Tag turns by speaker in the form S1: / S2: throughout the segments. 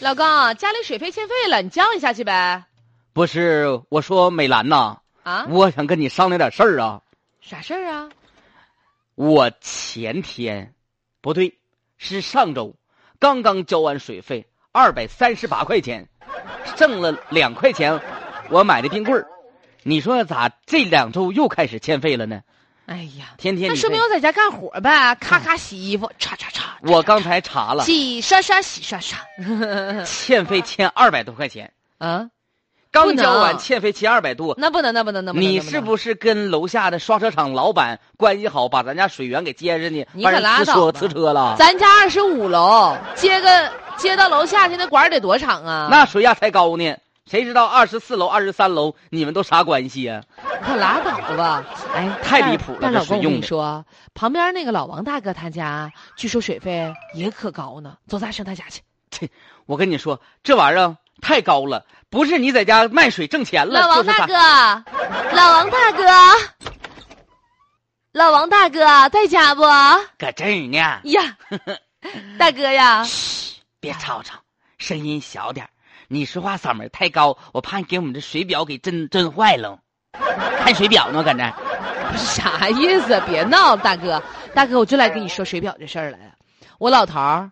S1: 老公，家里水费欠费了，你交一下去呗。
S2: 不是，我说美兰呐，
S1: 啊，
S2: 我想跟你商量点事儿啊。
S1: 啥事儿啊？
S2: 我前天，不对，是上周，刚刚交完水费，二百三十八块钱，挣了两块钱，我买的冰棍儿。你说咋这两周又开始欠费了呢？
S1: 哎呀，
S2: 天天
S1: 那
S2: 你
S1: 说明
S2: 这
S1: 我在家干活呗，咔咔洗衣服，刷刷刷，
S2: 我刚才查了，
S1: 洗刷刷洗刷刷。
S2: 欠费欠二百多块钱，
S1: 啊，
S2: 刚
S1: 不
S2: 交
S1: 能
S2: 完欠费欠二百多。
S1: 那不能，那不能，那不能。
S2: 你
S1: 那能
S2: 是不是跟楼下的刷车厂老板关系好，把咱家水源给接上去？
S1: 你
S2: 把
S1: 可
S2: 人
S1: 拉
S2: 呲
S1: 倒
S2: 车
S1: 吧
S2: 呲车了，
S1: 咱家二十五楼，接个接到楼下去，那管儿得多长啊？
S2: 那水压才高呢。谁知道二十四楼、二十三楼你们都啥关系啊呀、
S1: 可拉倒吧！哎，
S2: 太
S1: 但
S2: 离谱了
S1: 但
S2: 这
S1: 老
S2: 水
S1: 公，我
S2: 用
S1: 跟你
S2: 的
S1: 说，旁边那个老王大哥他家，据说水费也可高呢。走，咱上他家去。
S2: 我跟你说，这玩意儿太高了，不是你在家卖水挣钱了，
S3: 老王
S2: 就是
S3: 大
S2: 啥
S3: 哥，老王大哥，老王大哥在家不？
S2: 搁这儿呢。
S3: 呀， 大哥呀，
S2: 别吵吵，声音小点儿你说话嗓门太高，我怕你给我们这水表给震震坏了。看水表呢，搁那儿
S1: 不是啥意思？别闹，大哥，大哥，我就来跟你说水表这事儿来了。我老头儿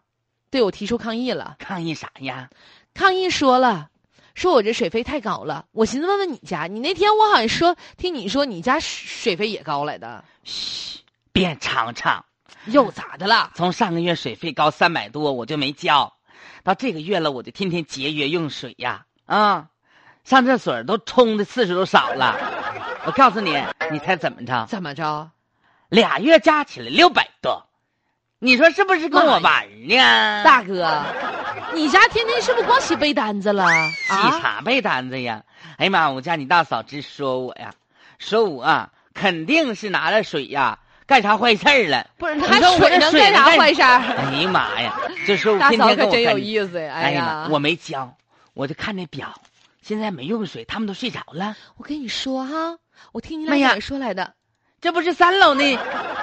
S1: 对我提出抗议了，
S2: 抗议啥呀？
S1: 抗议说了。说我这水费太高了，我寻思问问你家，你那天我好像说听你说你家水水费也高来的，
S2: 嘘，别吵吵。
S1: 又咋的
S3: 啊
S1: 了？
S2: 从上个月水费高三百多，我就没交，到这个月了，我就天天节约用水呀啊上厕所都冲的次数都少了。我告诉你，你猜怎么着？
S1: 怎么着？
S2: 俩月加起来六百多，你说是不是跟我玩呢？
S1: 大啊哥，你家天天是不是光洗被单子了
S2: 洗
S1: 啊？
S2: 啥被单子呀？哎呀妈，我家你大嫂直说我呀，说我、啊、肯定是拿了水呀干啥坏事儿了。
S1: 不是，
S2: 你
S1: 那
S2: 说我
S1: 水
S2: 这
S1: 能
S2: 水
S1: 干啥
S2: 能干
S1: 坏事 儿？
S2: 哎呀妈呀，这时候
S1: 大
S2: 天
S1: 嫂
S2: 天
S1: 可
S2: 跟我
S1: 真有
S2: 干
S1: 意思，哎
S2: 哎
S1: 呀
S2: 呀，，我没交，我就看那表，现在没用水，他们都睡着了。
S1: 我跟你说哈，我听你俩
S2: 哎妈呀
S1: 怎么说来的
S2: 这不是三楼 那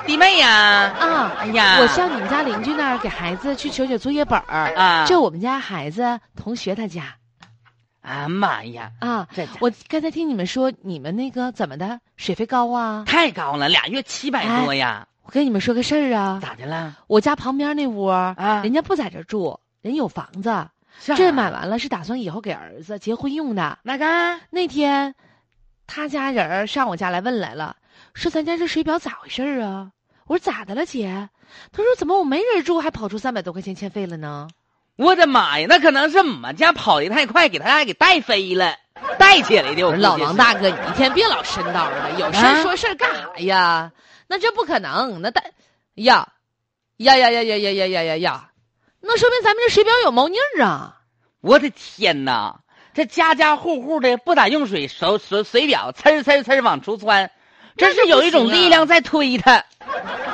S2: 弟妹呀、
S1: 啊？
S2: 哎呀，
S1: 我上你们家邻居那儿给孩子去求求作业本儿
S2: 啊
S1: 这我们家孩子同学他家
S2: 啊妈呀，
S1: 啊。
S2: 这家
S1: 我刚才听你们说你们那个怎么的水费高啊？
S2: 太高了，俩月七百多呀，
S1: 我跟你们说个事儿啊，
S2: 咋的了？
S1: 我家旁边那屋儿
S2: 啊
S1: 人家不在这儿住，人有房子，
S2: 是啊
S1: 这买完了是打算以后给儿子结婚用的。
S2: 那个
S1: 那天，他家人儿上我家来问来了，说咱家这水表咋回事儿啊？我说咋的了姐？他说怎么我没人住还跑出三百多块钱欠费了呢？
S2: 我的妈呀，那可能是我们家跑的太快，给他家给带飞了，带起来的。
S1: 我
S2: 我
S1: 说老
S2: 估计
S1: 王
S2: 是
S1: 大哥，你一天别老伸道儿了，有事儿说事儿干啥呀？那这不可能，那大呀呀呀呀呀呀呀呀呀呀，那说明咱们这水表有猫腻儿啊！
S2: 我的天哪！这家家户户的不咋用水，手手水表呲儿呲儿呲儿往出窜，真是啊有一种力量在推它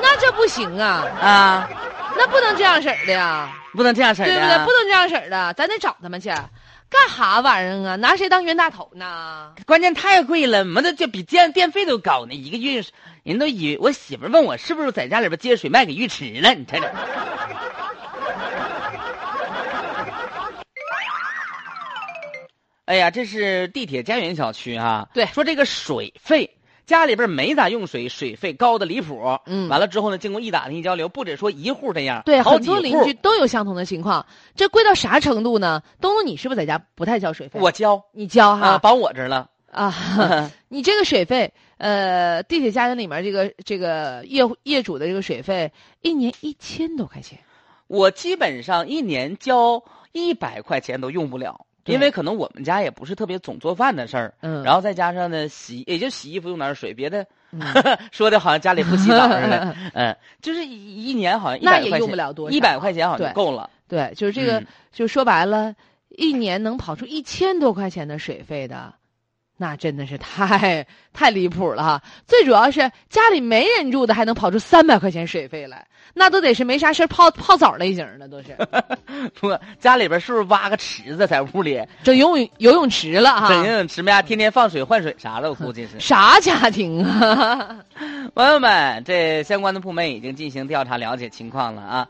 S1: 那这不行啊，
S2: 啊！
S1: 那不能这样式儿的呀。
S2: 不能这样式儿
S1: 对
S2: 的
S1: 不对？
S2: 啊，
S1: 不能这样式儿的，咱得找他们去。干哈玩意儿啊？拿谁当冤大头呢？
S2: 关键太贵了，我这就比电电费都高呢，一个月人都以为我媳妇儿问我是不是在家里边接水卖给浴池了，你猜这哎呀，这是地铁家园小区啊。
S1: 对
S2: 说这个水费，家里边没咋用水，水费高的离谱。
S1: 嗯
S2: 完了之后呢，经过一打听一交流，不止说一户这样，
S1: 对，
S2: 好
S1: 很
S2: 几
S1: 多
S2: 户。
S1: 邻居都有相同的情况。这贵到啥程度呢？东东，你是不是在家不太交水费？
S2: 我交
S1: 你交
S2: 啊，嗯
S1: 哈
S2: 保我这儿了。
S1: 啊你这个水费，呃，地铁家园里面这个这个业业主的这个水费，一年一千多块钱。
S2: 我基本上一年交一百块钱都用不了，
S1: 对
S2: 因为可能我们家也不是特别总做饭的事儿，
S1: 嗯，
S2: 然后再加上呢洗，也就洗衣服用点水，别的、
S1: 嗯
S2: 说的好像家里不洗澡似的， 嗯，就是一一年好 像一
S1: 那
S2: 百
S1: 也
S2: 块
S1: 用不
S2: 钱，
S1: 了多少，
S2: 一百块钱好
S1: 对
S2: 像就够了。
S1: 对，就是这个，
S2: 嗯
S1: 就说白了，一年能跑出一千多块钱的水费的，那真的是太太离谱了哈！最主要是家里没人住的，还能跑出三百块钱水费来，那都得是没啥事儿泡泡澡类型的，都是
S2: 不，家里边是不是挖个池子在屋里，
S1: 整游泳游泳池了哈！
S2: 整游泳池没家，天天放水换水啥的，我估 计是。
S1: 啥家庭啊？
S2: 朋友们，这相关的部门已经进行调查了解情况了啊。